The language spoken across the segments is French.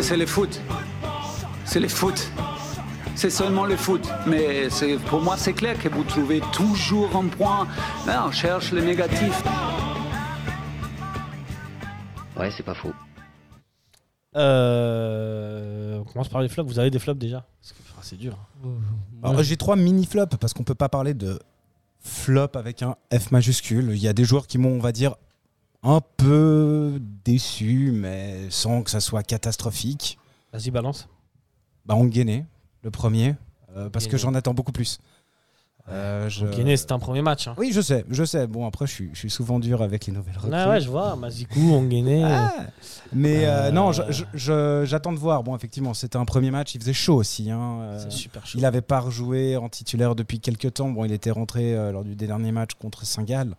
C'est le foot. C'est le foot. C'est seulement le foot. Mais c'est- pour moi, c'est clair que vous trouvez toujours un point. Là, on cherche le négatif. Ouais, c'est pas faux. Euh, on commence par les flops. Vous avez des flops déjà Parce que, enfin, C'est dur. hein. Alors, J'ai trois mini-flops parce qu'on peut pas parler de flop avec un F majuscule. Il y a des joueurs qui m'ont, on va dire, un peu déçu, mais sans que ça soit catastrophique. Vas-y, balance. Bah, Onguené, le premier, euh, parce que Onguené. j'en attends beaucoup plus. Euh, je- Guinée, c'était un premier match. hein. Oui, je sais, je sais. Bon, après, je suis, je suis souvent dur avec les nouvelles recrues. Ouais, ouais, je vois. Mazikou, on gainait. Ah mais euh, Euh, non, je- je- je- j'attends de voir. Bon, effectivement, c'était un premier match, il faisait chaud aussi. hein. Euh, C'est super chaud. il n'avait pas rejoué en titulaire depuis quelques temps. Bon, il était rentré euh, lors du des derniers matchs contre Saint-Gall.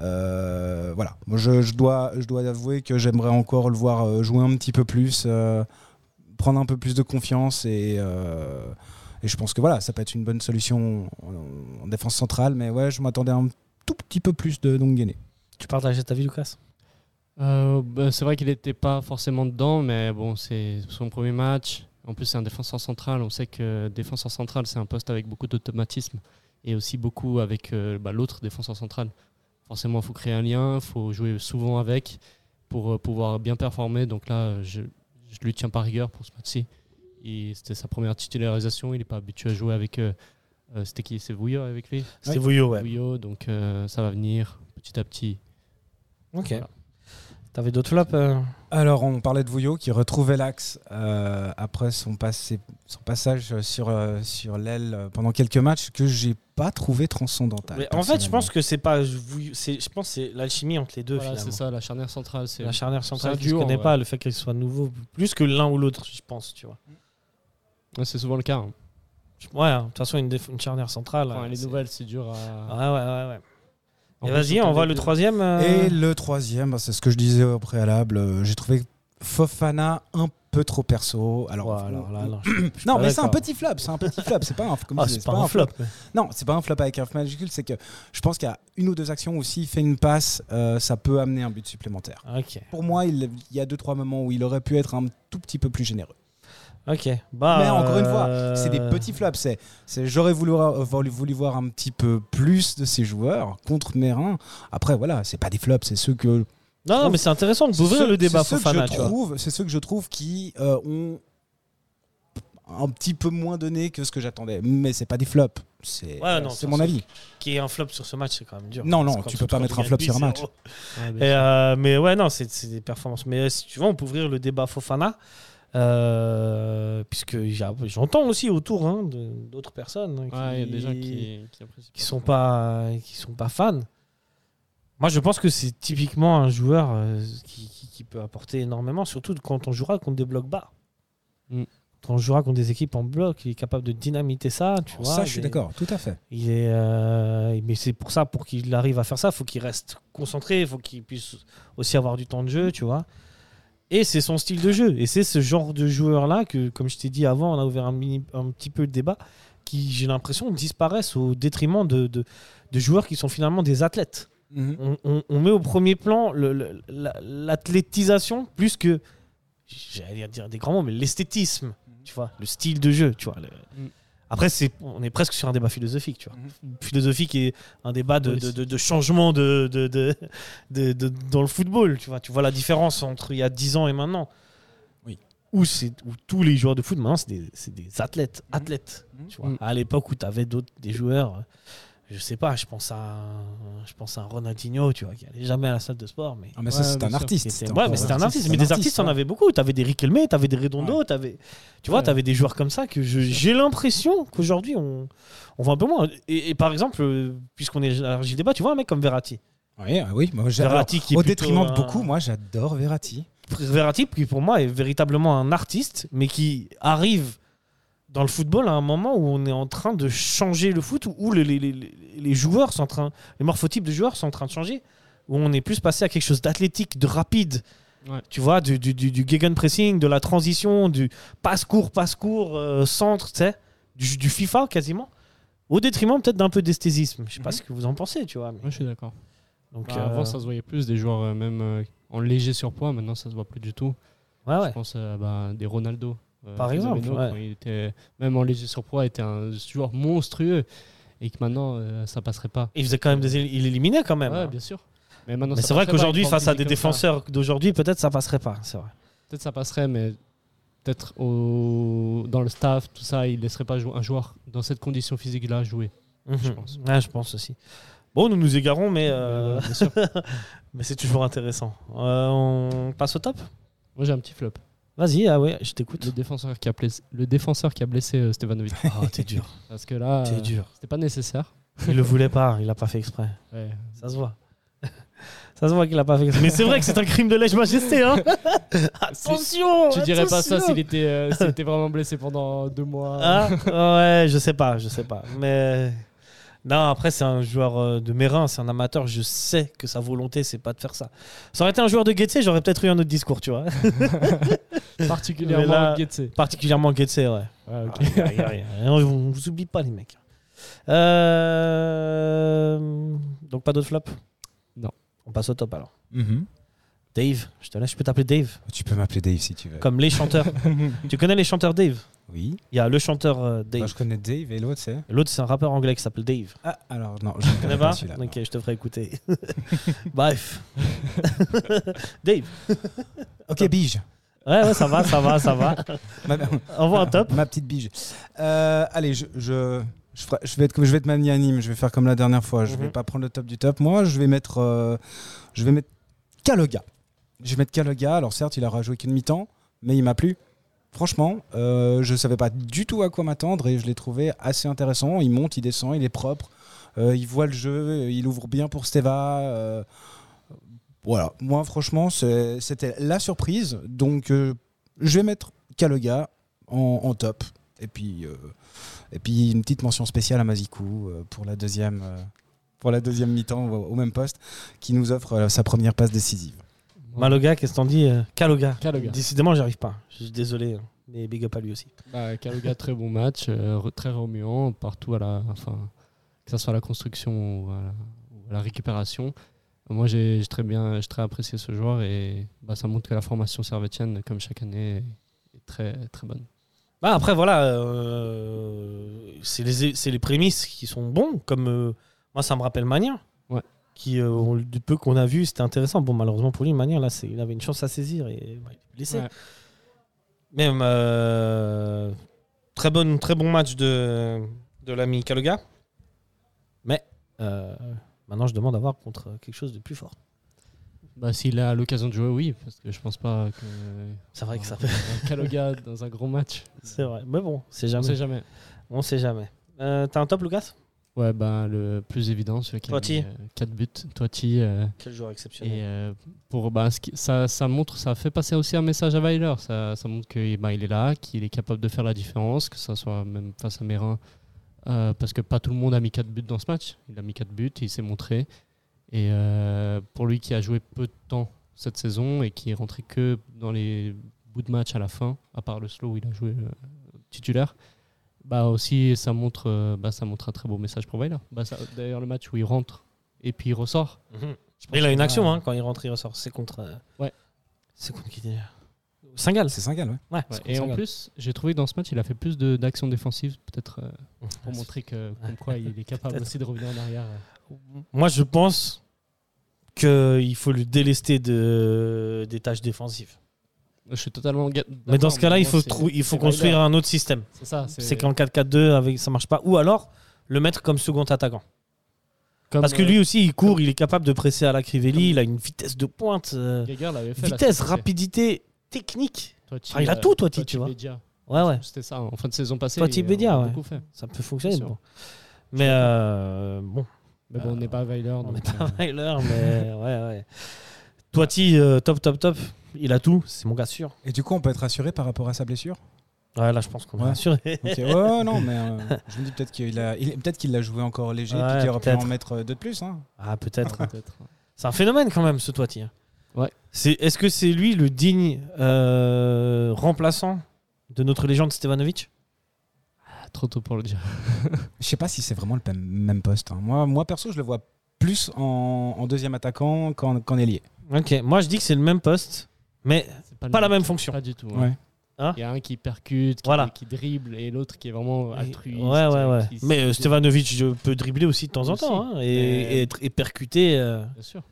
Euh, voilà, Moi, je, je dois, je dois avouer que j'aimerais encore le voir euh, jouer un petit peu plus, euh, prendre un peu plus de confiance et, euh, et je pense que voilà, ça peut être une bonne solution en, en défense centrale. Mais ouais, je m'attendais à un tout petit peu plus de Donguené. Tu partages ta vie, Lucas Euh, bah, c'est vrai qu'il n'était pas forcément dedans, mais bon, c'est son premier match. En plus, c'est un défenseur central. On sait que défenseur central, c'est un poste avec beaucoup d'automatisme et aussi beaucoup avec euh, bah, l'autre défenseur central. Forcément, il faut créer un lien, il faut jouer souvent avec pour euh, pouvoir bien performer. Donc là, euh, je, je lui tiens pas rigueur pour ce match-ci. Il- C'était sa première titularisation. Il n'est pas habitué à jouer avec. euh, euh, C'était qui C'est Vouillot avec lui C'était Vouillot, ouais. Vouillot, donc euh, ça va venir petit à petit. Ok. Voilà. T'avais d'autres flops euh Alors, on parlait de Vouillot qui retrouvait l'axe euh, après son, passé- son passage sur, euh, sur l'aile euh, pendant quelques matchs que j'ai pas trouvé transcendantal. Mais En fait, je pense que c'est pas. Vouillot- c'est- Je pense que c'est l'alchimie entre les deux, Voilà, c'est finalement. ça, la charnière centrale. C'est La charnière centrale, C'est un je ne duo, connais ouais. pas le fait qu'elle soit nouveau, plus que l'un ou l'autre, je pense, tu vois. Ouais, c'est souvent le cas. hein. Je- Ouais, de toute façon, une, déf- une charnière centrale. Enfin, euh, les c'est- Ah nouvelles, c'est dur Ouais, ouais, à. ouais. ouais. En Et plus, vas-y, aucun on voit des le deux. troisième. euh, Et le troisième, bah, c'est ce que je disais au préalable, euh, j'ai trouvé Fofana un peu trop perso. Alors, Ouais, on- alors là, on- non, je- je suis non, pas mais c'est un d'accord. petit flop, c'est un petit flop, c'est pas un, comme je Ah, disais, c'est pas un flop. mais- Non, c'est pas un flop avec un F majuscule, c'est que je pense qu'il y a une ou deux actions où s'il fait une passe, euh, ça peut amener un but supplémentaire. Ok, Pour moi, il il y a deux, trois moments où il aurait pu être un tout petit peu plus généreux. ok. Bah, Mais encore une euh, fois, c'est des petits flops. C'est, c'est- j'aurais voulu, voulu- voulu voir un petit peu plus de ces joueurs contre Merin. Après, voilà, c'est pas des flops, c'est ceux que. Non, non, mais c'est intéressant c'est d'ouvrir ceux- le débat c'est ceux que Fofana, je tu vois. trouve- C'est ceux que je trouve qui euh, ont un petit peu moins donné que ce que j'attendais. Mais c'est pas des flops. C'est, Ouais, non, c'est ça, mon c'est- avis. Qui est un flop sur ce match, c'est quand même dur. Non, non, Parce tu qu'en peux dessous pas de mettre un 3, flop il y a sur un 10-0. match. Ouais, bien Et, sûr. euh, mais ouais, non, c'est c'est des performances. Mais euh, si tu veux, on peut ouvrir le débat Fofana. euh, puisque y a- j'entends aussi autour hein, de- d'autres personnes hein, Ouais, il y a des gens qui, qui apprécient qui sont pas qui sont pas fans. Moi, je pense que c'est typiquement un joueur euh, qui, qui- qui peut apporter énormément, surtout quand on jouera contre des blocs bas. Mm. Quand on jouera contre des équipes en bloc, il est capable de dynamiter ça, tu vois. Oh, ça, il je suis est- d'accord, tout à fait. Il est, euh, mais c'est pour ça, pour qu'il arrive à faire ça, faut qu'il reste concentré, faut qu'il puisse aussi avoir du temps de jeu, tu vois. Et c'est son style de jeu. Et c'est ce genre de joueur-là que, comme je t'ai dit avant, on a ouvert un, mini- un petit peu le débat, qui, j'ai l'impression, disparaissent au détriment de, de, de joueurs qui sont finalement des athlètes. On, on- on met au premier plan le- le- la- l'athlétisation plus que, j'allais dire des grands mots, mais l'esthétisme, tu vois, le style de jeu, tu vois. le- Mm. Après, c'est, on est presque sur un débat philosophique, tu vois philosophique et un débat de, Oui, de, c'est- de- de changement de, de, de- de- de- dans le football. Tu vois, tu vois la différence entre il y a 10 ans et maintenant. Oui. Où, c'est, où tous les joueurs de foot, maintenant, c'est des, c'est des athlètes. athlètes tu vois. Mhm. À l'époque où tu avais d'autres, des joueurs, euh, je sais pas, je pense à, un- je pense à un Ronaldinho, tu vois, qui allait jamais à la salle de sport. Mais, Ah, mais ça, Ouais, c'est bien un sûr. artiste. hein. qui était- c'est ouais, encore mais c'était un artiste. c'est Mais des artistes, ouais. t'en avais beaucoup. T'avais des Riquelme, t'avais des Redondo, t'avais. Tu vois, Ouais. t'avais des joueurs comme ça que je- j'ai l'impression qu'aujourd'hui, on, on voit un peu moins. Et, et par exemple, euh, puisqu'on est à le débat, tu vois un mec comme Verratti. Oui, ah oui, moi, j'ai- Verratti qui est Au plutôt détriment de un- beaucoup, moi j'adore Verratti. Verratti, qui pour moi est véritablement un artiste, mais qui arrive dans le football à un moment où on est en train de changer le foot, où les, les- les- les joueurs sont en train, les morphotypes de joueurs sont en train de changer, où on est plus passé à quelque chose d'athlétique, de rapide. Ouais. Tu vois, du, du, du, du gegenpressing, de la transition, du passe court, passe court, euh, centre, tu sais, du, du FIFA quasiment, au détriment peut-être d'un peu d'esthésisme. Je sais pas ce que vous en pensez, tu vois. mais- Mhm. Ouais, je suis d'accord. donc, Bah, Avant, euh, ça se voyait plus des joueurs euh, même euh, en léger surpoids. Maintenant, ça se voit plus du tout. Ouais, Ah ouais. Je pense à bah, des Ronaldo. euh, Par exemple, Fezoleno, ouais. quand il était, même en léger surpoids, était un joueur monstrueux et que maintenant euh, ça passerait pas. Il faisait quand même des éli- il éliminait quand même. Ouais, hein. bien sûr. Mais, maintenant, mais ça c'est vrai passerait pas, qu'aujourd'hui, une forme face à des physique comme ça. défenseurs d'aujourd'hui, peut-être ça passerait pas. C'est vrai. Peut-être ça passerait, mais peut-être au... dans le staff, tout ça, il laisserait pas jou- un joueur dans cette condition physique-là jouer. Mhm. pense. Ouais, je pense aussi. Bon, nous nous égarons, mais, euh, Euh, bien sûr. mais c'est toujours intéressant. Euh, on passe au top Moi, j'ai un petit flop. Vas-y, ah ouais, je t'écoute. Le défenseur qui a blessé, le défenseur qui a blessé euh, Stevanovic. Oh, t'es dur, Parce que là, t'es euh, dur. c'était pas nécessaire. Il le voulait pas, il a pas fait exprès. Ouais. Ça se voit. Ça se voit qu'il a pas fait exprès. Mais c'est vrai que c'est un crime de lèche-majesté. Hein attention Tu dirais pas ça attention. s'il était, euh, s'il était vraiment blessé pendant deux mois. Ah, ouais, je sais pas, je sais pas. Mais non, après c'est un joueur euh, de Mérin, c'est un amateur. Je sais que sa volonté c'est pas de faire ça. Ça aurait été un joueur de Getse, j'aurais peut-être eu un autre discours, tu vois. Particulièrement Mais là- Guetze. Particulièrement Getse, ouais. Ouais, ok. Ah, y a- y a rien. on, on vous oublie pas les mecs. Euh, Donc pas d'autres flops. Non. On passe au top alors. Mhm. Dave, je te laisse, je peux t'appeler Dave, Bah, Tu peux m'appeler Dave si tu veux. comme les chanteurs. tu connais les chanteurs Dave Oui. Il y a le chanteur euh, Dave. Moi, Bah, je connais Dave et l'autre c'est. L'autre, c'est un rappeur anglais qui s'appelle Dave. Ah alors non, je ne Tu connais connais pas pas celui-là. Ok, je te ferai écouter. Bref. Dave. non. Ok bige. Ouais, ouais, ça va, ça va, ça va. Ma, Envoie un top. ma petite bige. Euh, allez, je, je, je, ferai- je vais être comme je vais être magnanime. Je vais faire comme la dernière fois. Je vais Mhm. pas prendre le top du top. Moi, je vais mettre euh, je vais mettre Kaloga. Je vais mettre Kaloga. Alors certes, il aura joué qu'une mi-temps, mais il m'a plu. Franchement, euh, je savais pas du tout à quoi m'attendre et je l'ai trouvé assez intéressant. Il monte, il descend, il est propre, euh, il voit le jeu, il ouvre bien pour Steva. euh, voilà, moi franchement, c'est- c'était la surprise. Donc euh, je vais mettre Kaloga en, en top. Et puis, euh, et puis une petite mention spéciale à Mazikou euh, pour la deuxième, euh, pour la deuxième mi-temps au, au même poste, qui nous offre euh, sa première passe décisive. Maloga, qu'est-ce que t'en dis euh, Kaloga. Kaloga. Décidément, j'y arrive pas. Je suis désolé, hein, mais big up à lui aussi. Bah, Kaloga, très bon match, euh, re- très remuant partout, à la, enfin, que ce soit à la construction ou à la, ou à la récupération. Moi, j'ai j'ai très bien, j'ai très apprécié ce joueur et bah, ça montre que la formation servétienne, comme chaque année, est très, très bonne. Bah, après, voilà, euh, c'est les, c'est les prémices qui sont bons, comme euh, moi, ça me rappelle Magnin. Ouais. Qui, euh, on- du peu qu'on a vu, c'était intéressant. Bon, malheureusement pour lui, Magnin, là, c'est- il avait une chance à saisir et bah, il est blessé. Ouais. Même euh, très, bonne, très bon match de, de l'ami Kaloga. Mais euh, maintenant, je demande à voir contre quelque chose de plus fort. Bah, S'il a l'occasion de jouer, oui, parce que je pense pas que. C'est vrai que ça peut. Kaloga dans un gros match, C'est vrai. Mais bon, c'est on jamais. sait jamais. On sait jamais. Euh, T'as un top, Lucas Ouais, bah, le plus évident, celui qui Toiti. a 4 buts. Toiti. euh, Quel joueur exceptionnel. Et euh, pour, bah, ce qui- ça, ça montre, ça fait passer aussi un message à Weiler. Ça, ça montre qu'il bah, il est là, qu'il est capable de faire la différence, que ça soit même face à Mérin. Euh, parce que pas tout le monde a mis 4 buts dans ce match. Il a mis 4 buts, il s'est montré. Et euh, pour lui qui a joué peu de temps cette saison et qui est rentré que dans les bouts de match à la fin, à part le slow où il a joué euh, titulaire, bah aussi ça montre, euh, bah, ça montre un très beau message pour Weiler. Bah, ça- D'ailleurs, le match où il rentre et puis il ressort. Mhm. je Il a pense une que, action bah, hein, quand il rentre, il ressort. C'est contre. euh, Ouais. C'est contre qui déjà Singal. C'est Singal, ouais. Ouais, Ouais, c'est contre et en Singal. plus, j'ai trouvé que dans ce match, il a fait plus de- d'actions défensives, peut-être euh, pour Ouais, montrer que comme quoi il est capable Ah, Peut-être. aussi de revenir en arrière. euh. Moi, je pense qu'il faut le délester de... des tâches défensives. Je suis totalement. ga- Mais dans ce d'accord, cas-là, mais il bon, faut, c'est- trou- il faut c'est construire Weiler. un autre système. C'est ça. C'est qu'en 4-4-2, avec... ça marche pas. Ou alors, le mettre comme second attaquant. comme, Parce que euh, lui aussi, il court, il est capable de presser à la Crivelli, il a une vitesse de pointe, euh, Geiger l'avait fait. la vitesse, semaine passée. rapidité, technique. Toiti, Ah, il a euh, tout, toi, Ti, Toiti tu vois. Bedia. Ouais, ouais. C'était ça. En fin de saison passée. Toiti il- on Bedia, a ouais. beaucoup fait. Ça peut fonctionner. Bien sûr. bon. Mais euh, bon, Mais bon, on n'est pas à Weiler. Ah. on donc, n'est pas euh, Weiler, mais ouais, ouais. Toiti, euh, top, top, top. Il a tout, c'est mon gars sûr. Et du coup, on peut être rassuré par rapport à sa blessure. Ouais, là, je pense qu'on est Ouais. assuré. Ok, ouais, ouais, non, mais euh, je me dis peut-être qu'il a, il- peut-être qu'il l'a joué encore léger, Ouais, puis qu'il aurait pu en peut-être. mettre euh, deux de plus. hein. Ah, peut-être. peut-être. euh, C'est un phénomène quand même, ce Toiti. hein. Ouais. C'est, est-ce que c'est lui le digne euh, remplaçant de notre légende Stevanovic Ah, Trop tôt pour le dire. Je sais pas si c'est vraiment le même- même poste. hein. Moi, moi perso, je le vois plus en, en deuxième attaquant qu'en, qu'en ailier. Ok, moi je dis que c'est le même poste, mais C'est le Pas la même fonction. Pas du tout. Ouais. hein. Hein Il y a un qui percute, qui, Voilà. qui dribble, et l'autre qui est vraiment altruiste. ouais, ouais, ouais. qui- Mais euh, qui- Stevanovic euh, peut dribbler aussi de temps en Aussi. temps hein, et, Mais- et être- et percuter. euh. Bien sûr.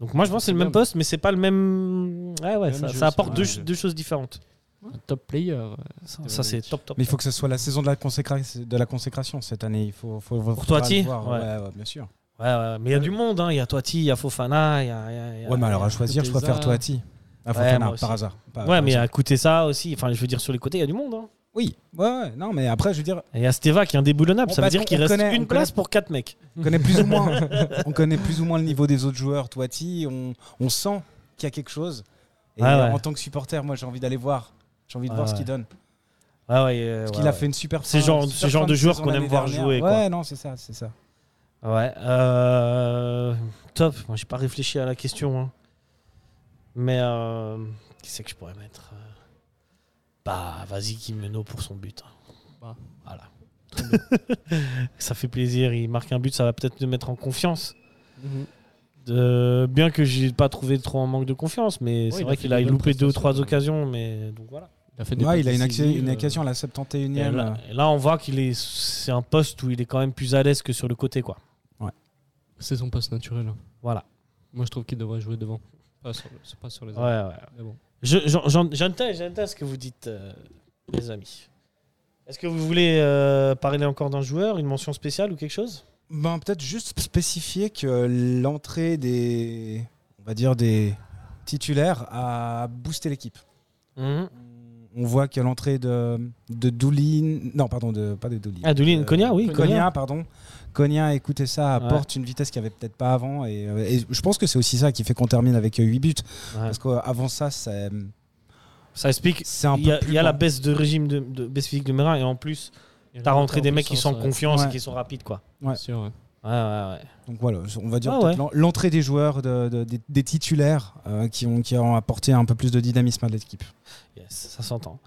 Donc moi je pense que c'est le C'est même bien. poste, mais c'est pas le même. Ouais, ouais, Même ça, jeu, ça apporte c'est deux, vrai, deux choses différentes. Un top player. euh, Ça, ça, c'est top, top. Mais il faut que ce soit la saison de la, consécra- de la consécration cette année. Il faut, faut, faut toi, pas Ti le voir. Ouais. Ouais. ouais, bien sûr. Ouais, ouais, mais il y a du monde, hein. il y a Toiti, il y a Fofana, il y a. il y a- il y a- Ouais, mais alors à choisir, je préfère Teza. Toati. Ah, Ouais, Fofana, moi aussi. par hasard. Pas- Ouais, par mais hasard. à côté ça aussi, enfin je veux dire sur les côtés, il y a du monde. hein. Oui, ouais, ouais. Non, mais après, je veux dire, Et il y a Steva qui est indéboulonnable, On ça veut bat- dire qu'il on reste connaît- une on connaît- place pour quatre mecs. on connaît plus ou moins, on connaît plus ou moins le niveau des autres joueurs. Toati, on, on sent qu'il y a quelque chose. Et Ouais, Ah ouais. en tant que supporter, moi, j'ai envie d'aller voir. J'ai envie de Ouais, voir ce ouais. qu'il donne. Ouais, ouais, euh, Parce ouais, qu'il a ouais. fait une super. C'est fin- genre- super c'est genre fin de joueur saison qu'on aime l'année voir dernière. jouer, quoi. Ouais, non, c'est ça, c'est ça. Ouais. euh, Top. Moi, j'ai pas réfléchi à la question. hein. Mais euh, qui c'est que je pourrais mettre euh, Bah, vas-y, Kimeno pour son but. hein. Bah. Voilà. ça fait plaisir. Il marque un but, ça va peut-être le mettre en confiance. Mhm. De- bien que j'ai pas trouvé trop en manque de confiance, mais il c'est a vrai fait qu'il des a bonnes loupé deux ou prestations, trois quand même. occasions, mais donc voilà. Il a fait des Ouais, passes il a une, action décisives, une euh, occasion à la Et 71e. là, et là, on voit qu'il est, c'est un poste où il est quand même plus à l'aise que sur le côté, quoi. C'est son poste naturel. hein. Voilà. Moi, je trouve qu'il devrait jouer devant. Pas sur, le- c'est pas sur les Ouais, ailes. ouais. Mais bon. Je- j'en- j'en- J'entends j'entends ce que vous dites, euh, les amis. Est-ce que vous voulez euh, parler encore d'un joueur, une mention spéciale ou quelque chose Ben, peut-être juste spécifier que l'entrée des, on va dire des titulaires a boosté l'équipe. Mm-hmm. On voit que l'entrée de de Doulin, non pardon, de pas de Doulin. Ah, Doolin, Euh, Konya, oui, Konya, Konya. pardon. Konya, écoutez ça, Ouais. apporte une vitesse qu'il n'y avait peut-être pas avant. Et, euh, et je pense que c'est aussi ça qui fait qu'on termine avec 8 buts. Ouais. Parce qu'avant ça, c'est Ça explique. c'est un peu Il y a, plus il y a la lent. baisse de régime de, de baisse physique de Merin et en plus, Il t'as a rentré en des mecs qui puissance, sont en ouais. confiance et Ouais. qui sont rapides, quoi. Bien sûr, ouais. Ouais, ouais, ouais. Donc voilà, on va dire Ah peut-être ouais. l'en- l'entrée des joueurs, de- de- des, des titulaires euh, qui, ont, qui ont apporté un peu plus de dynamisme à l'équipe. Yes, ça s'entend.